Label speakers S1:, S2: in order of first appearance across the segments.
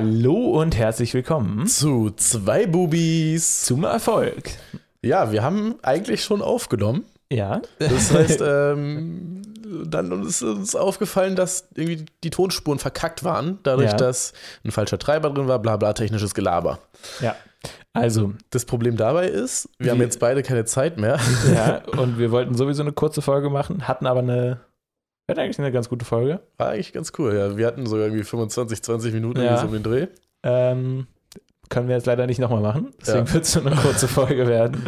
S1: Hallo und herzlich willkommen
S2: zu zwei Bubis.
S1: zum Erfolg.
S2: Ja, wir haben eigentlich schon aufgenommen.
S1: Ja,
S2: Das heißt, ähm, dann ist uns aufgefallen, dass irgendwie die Tonspuren verkackt waren, dadurch,
S1: Ja.
S2: dass ein falscher Treiber drin war, bla bla, technisches Gelaber.
S1: ja. Also,
S2: Das Problem dabei ist, wir
S1: Wie-
S2: haben jetzt beide keine Zeit mehr.
S1: ja, und wir wollten sowieso eine kurze Folge machen, hatten aber eine, wir hatten eigentlich eine ganz gute Folge.
S2: War eigentlich ganz cool, ja. Wir hatten sogar irgendwie 25, 20 Minuten
S1: Ja.
S2: ja. um den Dreh.
S1: Ähm, können wir jetzt leider nicht nochmal machen, deswegen
S2: Ja.
S1: wird es nur eine kurze Folge werden.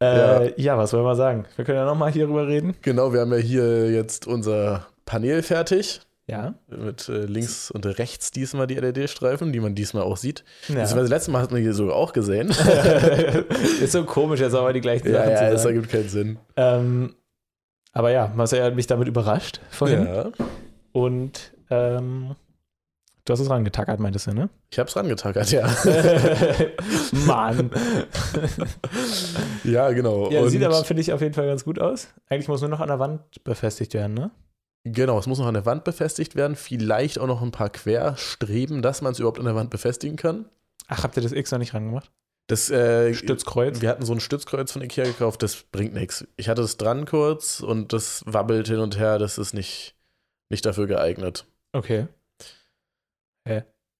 S1: Äh, ja. was wollen wir sagen? Wir können ja nochmal hier drüber reden.
S2: Genau, wir haben ja hier jetzt unser Panel fertig.
S1: Ja.
S2: Mit äh, links und rechts diesmal die LED-Streifen, die man diesmal auch sieht.
S1: ja.
S2: Das letzte Mal hatten wir hier sogar auch gesehen.
S1: ist so komisch, jetzt aber die gleichen
S2: Ja,
S1: Sachen
S2: ja,
S1: zu
S2: es
S1: sagen.
S2: ergibt keinen Sinn.
S1: Ähm, aber ja, Marcel hat mich damit überrascht vorhin.
S2: Ja.
S1: Und ähm, du hast es rangetackert, meintest du, ne?
S2: Ich hab's rangetackert, ja.
S1: Mann.
S2: ja, genau.
S1: Ja,
S2: Und
S1: sieht aber, finde ich, auf jeden Fall ganz gut aus. Eigentlich muss nur noch an der Wand befestigt werden, ne?
S2: genau, es muss noch an der Wand befestigt werden. Vielleicht auch noch ein paar Querstreben, dass man es überhaupt an der Wand befestigen kann.
S1: Ach, habt ihr das X noch nicht rangemacht?
S2: Das äh,
S1: Stützkreuz?
S2: Wir hatten so ein Stützkreuz von Ikea gekauft, das bringt nichts. Ich hatte es dran kurz und das wabbelt hin und her, das ist nicht, nicht dafür geeignet.
S1: Okay.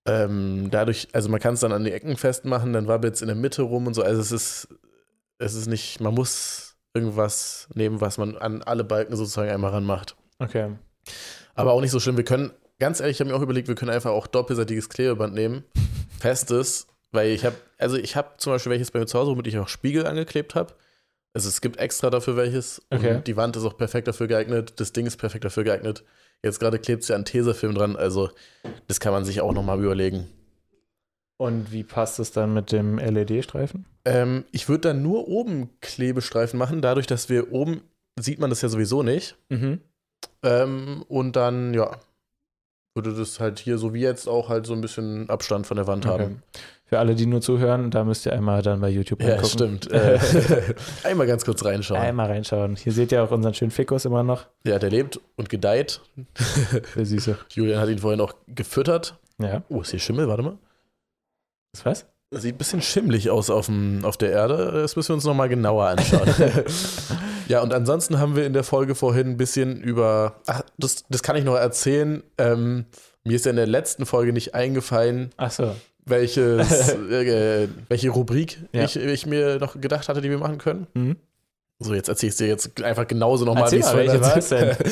S2: Ähm, dadurch, also man kann es dann an die Ecken festmachen, dann wabbelt es in der Mitte rum und so. Also es ist, es ist nicht, man muss irgendwas nehmen, was man an alle Balken sozusagen einmal ranmacht.
S1: Okay.
S2: Aber auch nicht so schlimm. Wir können, ganz ehrlich, ich habe mir auch überlegt, wir können einfach auch doppelseitiges Klebeband nehmen. Festes, weil ich habe, also ich habe zum Beispiel welches bei mir zu Hause, womit ich auch Spiegel angeklebt habe. Also es gibt extra dafür welches.
S1: Okay.
S2: Und die Wand ist auch perfekt dafür geeignet. Das Ding ist perfekt dafür geeignet. Jetzt gerade klebt es ja an Tesafilm dran. Also das kann man sich auch nochmal überlegen.
S1: Und wie passt es dann mit dem E LED-Streifen?
S2: Ähm, ich würde dann nur oben Klebestreifen machen. Dadurch, dass wir oben, sieht man das ja sowieso nicht.
S1: Mhm.
S2: Ähm, und dann, ja, würde das halt hier so wie jetzt auch halt so ein bisschen Abstand von der Wand
S1: Okay.
S2: haben.
S1: Für alle, die nur zuhören, da müsst ihr einmal dann bei YouTube
S2: Ja,
S1: reingucken.
S2: stimmt. Äh, einmal ganz kurz reinschauen.
S1: Einmal reinschauen. Hier seht ihr auch unseren schönen Fikus immer noch.
S2: Ja, der lebt und gedeiht.
S1: Der Süße.
S2: Julian hat ihn vorhin auch gefüttert.
S1: Ja.
S2: Oh, ist hier Schimmel? Warte mal.
S1: Was?
S2: Das sieht ein bisschen schimmelig aus auf, dem, auf der Erde. Das müssen wir uns nochmal genauer anschauen. ja, und ansonsten haben wir in der Folge vorhin ein bisschen über. Ach, das, das kann ich noch erzählen. Ähm, mir ist ja in der letzten Folge nicht eingefallen,
S1: Ach so.
S2: welches, äh, welche Rubrik
S1: Ja.
S2: ich, ich mir noch gedacht hatte, die wir machen können.
S1: Mhm.
S2: So, jetzt erzähle ich es dir jetzt einfach genauso nochmal,
S1: Erzähl
S2: ich's
S1: mal, welche war es denn?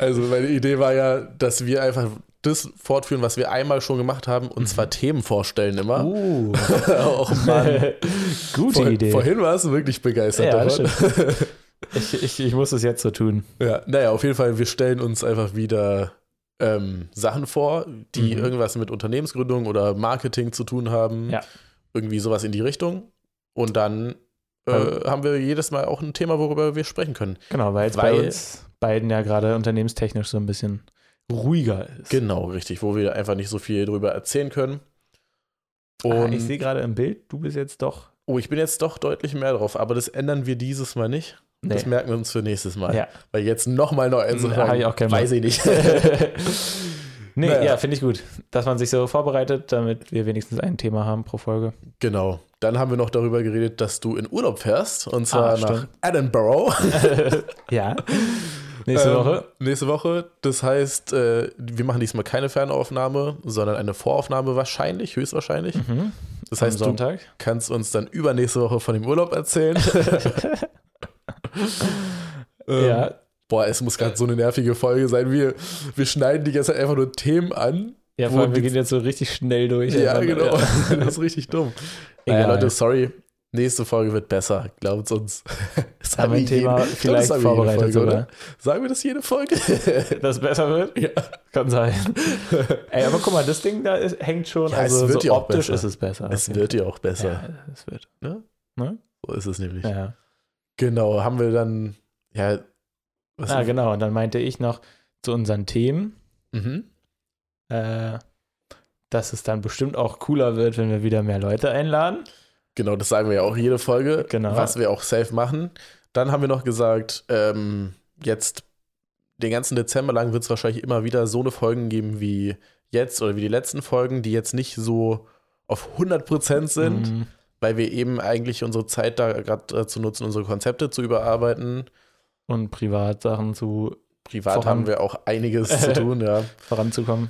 S2: Also, meine Idee war ja, dass wir einfach das fortführen, was wir einmal schon gemacht haben, und zwar Themen vorstellen immer.
S1: Mhm. Uh.
S2: Auch Oh, Mann.
S1: Gute
S2: Vorhin,
S1: Idee.
S2: vorhin warst du wirklich begeistert
S1: Ja, das
S2: davon.
S1: ich, ich, ich muss es jetzt so tun.
S2: Ja, naja, auf jeden Fall, wir stellen uns einfach wieder ähm, Sachen vor, die
S1: Mhm.
S2: irgendwas mit Unternehmensgründung oder Marketing zu tun haben.
S1: Ja.
S2: Irgendwie sowas in die Richtung. Und dann äh,
S1: Ähm.
S2: haben wir jedes Mal auch ein Thema, worüber wir sprechen können.
S1: Genau, weil jetzt bei
S2: Weil-
S1: uns beiden ja gerade unternehmstechnisch so ein bisschen ruhiger ist.
S2: Genau, richtig, wo wir einfach nicht so viel drüber erzählen können. Und
S1: Ah, ich sehe gerade im Bild, du bist jetzt doch.
S2: oh, ich bin jetzt doch deutlich mehr drauf, aber das ändern wir dieses Mal nicht. Das
S1: Nee.
S2: merken wir uns für nächstes Mal.
S1: Ja.
S2: Weil jetzt nochmal neu
S1: Da hab ich auch keinen Bock.
S2: Weiß ich nicht.
S1: nee,
S2: Naja.
S1: ja, finde ich gut, dass man sich so vorbereitet, damit wir wenigstens ein Thema haben pro Folge.
S2: Genau. Dann haben wir noch darüber geredet, dass du in Urlaub fährst. Und zwar
S1: Ah,
S2: nach
S1: stimmt.
S2: Edinburgh.
S1: Ja. Nächste
S2: Ähm,
S1: Woche.
S2: Nächste Woche. Das heißt, äh, wir machen diesmal keine Fernaufnahme, sondern eine Voraufnahme wahrscheinlich, höchstwahrscheinlich.
S1: Mhm.
S2: Das
S1: am
S2: heißt, du
S1: Sonntag.
S2: kannst uns dann übernächste Woche von dem Urlaub erzählen. Ähm,
S1: ja.
S2: Boah, es muss gerade so eine nervige Folge sein. Wir, wir schneiden die ganze Zeit einfach nur Themen an.
S1: Ja, vor
S2: wo
S1: allem, wir
S2: die-
S1: gehen jetzt so richtig schnell durch. äh,
S2: Ja,
S1: Einfach,
S2: genau.
S1: ja.
S2: Das ist richtig dumm. Naja,
S1: Egal.
S2: Leute, sorry. Nächste Folge wird besser, glaubt's uns. Das
S1: Haben wir ein
S2: wir jeden-
S1: Thema
S2: ich glaub,
S1: vielleicht
S2: sagen wir jede
S1: vorbereitet
S2: Folge,
S1: sogar.
S2: oder? Sagen wir das jede Folge?
S1: Dass es besser wird?
S2: Ja.
S1: Kann sein. Ey, aber guck mal, das Ding da ist, hängt schon,
S2: Ja, es
S1: also
S2: wird
S1: so
S2: ja auch
S1: optisch
S2: besser.
S1: ist es besser.
S2: es wird ja auch besser.
S1: Ja, es wird.
S2: So ist es nämlich.
S1: Ja.
S2: Genau, haben wir dann, ja, was
S1: Ah, genau. Und dann meinte ich noch zu unseren Themen,
S2: mhm.
S1: äh, dass es dann bestimmt auch cooler wird, wenn wir wieder mehr Leute einladen.
S2: genau, das sagen wir ja auch jede Folge,
S1: Genau.
S2: was wir auch safe machen. Dann haben wir noch gesagt, ähm, jetzt den ganzen Dezember lang wird es wahrscheinlich immer wieder so eine Folgen geben wie jetzt oder wie die letzten Folgen, die jetzt nicht so auf 100% sind,
S1: Mhm.
S2: weil wir eben eigentlich unsere Zeit da gerade dazu nutzen, unsere Konzepte zu überarbeiten.
S1: Und Privatsachen zu
S2: Privat
S1: Voran-
S2: haben wir auch einiges zu tun, ja.
S1: voranzukommen.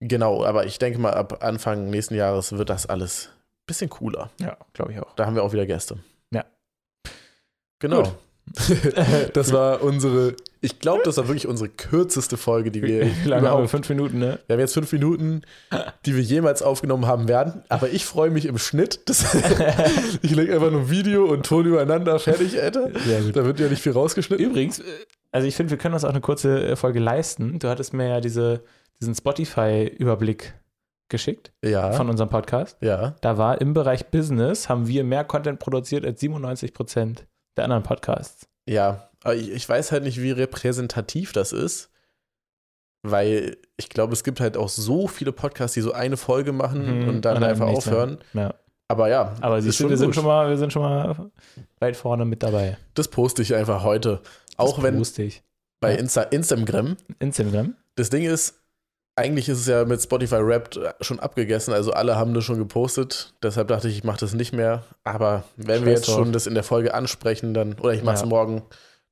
S2: Genau, aber ich denke mal, ab Anfang nächsten Jahres wird das alles ein bisschen cooler.
S1: Ja, glaube ich auch.
S2: Da haben wir auch wieder Gäste.
S1: Ja.
S2: Genau.
S1: Gut.
S2: das war unsere, ich glaube, das war wirklich unsere kürzeste Folge, die wir
S1: Wie lange haben wir?
S2: überhaupt
S1: Fünf Minuten, ne?
S2: Wir haben jetzt fünf Minuten, die wir jemals aufgenommen haben werden. Aber ich freue mich im Schnitt. Das ich lege einfach nur Video und Ton übereinander. Fertig, Alter.
S1: Sehr gut.
S2: Da wird ja nicht viel rausgeschnitten.
S1: Übrigens, äh, also ich finde, wir können uns auch eine kurze äh, Folge leisten. Du hattest mir ja diese, diesen Spotify-Überblick geschickt
S2: Ja.
S1: von unserem Podcast.
S2: Ja.
S1: Da war im Bereich Business, haben wir mehr Content produziert als 97 Prozent der anderen Podcasts.
S2: Ja. Aber ich, ich weiß halt nicht, wie repräsentativ das ist. Weil ich glaube, es gibt halt auch so viele Podcasts, die so eine Folge machen
S1: Mhm,
S2: und dann
S1: und dann
S2: einfach
S1: nichts mehr.
S2: aufhören.
S1: Ja.
S2: Aber ja,
S1: Aber siehst du, wir sind
S2: gut.
S1: schon, mal, wir sind schon mal weit vorne mit dabei.
S2: das poste ich einfach heute. Auch
S1: das
S2: wenn
S1: Lustig.
S2: bei Insta Instagram
S1: Instagram.
S2: Das Ding ist, eigentlich ist es ja mit Spotify Wrapped schon abgegessen, also alle haben das schon gepostet. Deshalb dachte ich, ich mache das nicht mehr. Aber wenn wir
S1: Scheiß
S2: jetzt
S1: drauf.
S2: schon das in der Folge ansprechen, dann, oder ich mache es
S1: Ja.
S2: morgen,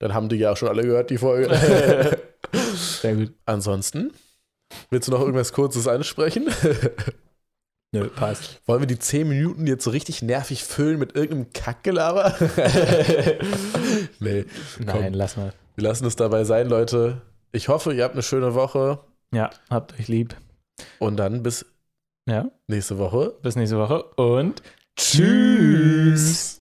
S2: dann haben die ja auch schon alle gehört, die Folge.
S1: Sehr gut.
S2: Ansonsten, willst du noch irgendwas Kurzes ansprechen?
S1: Nö, passt.
S2: Wollen wir die 10 Minuten jetzt so richtig nervig füllen mit irgendeinem Kackgelaber? nee,
S1: Nein, lass mal.
S2: wir lassen es dabei sein, Leute. Ich hoffe, ihr habt eine schöne Woche
S1: Ja, habt euch lieb.
S2: und dann bis
S1: Ja,
S2: nächste Woche.
S1: bis nächste Woche und
S2: Tschüss.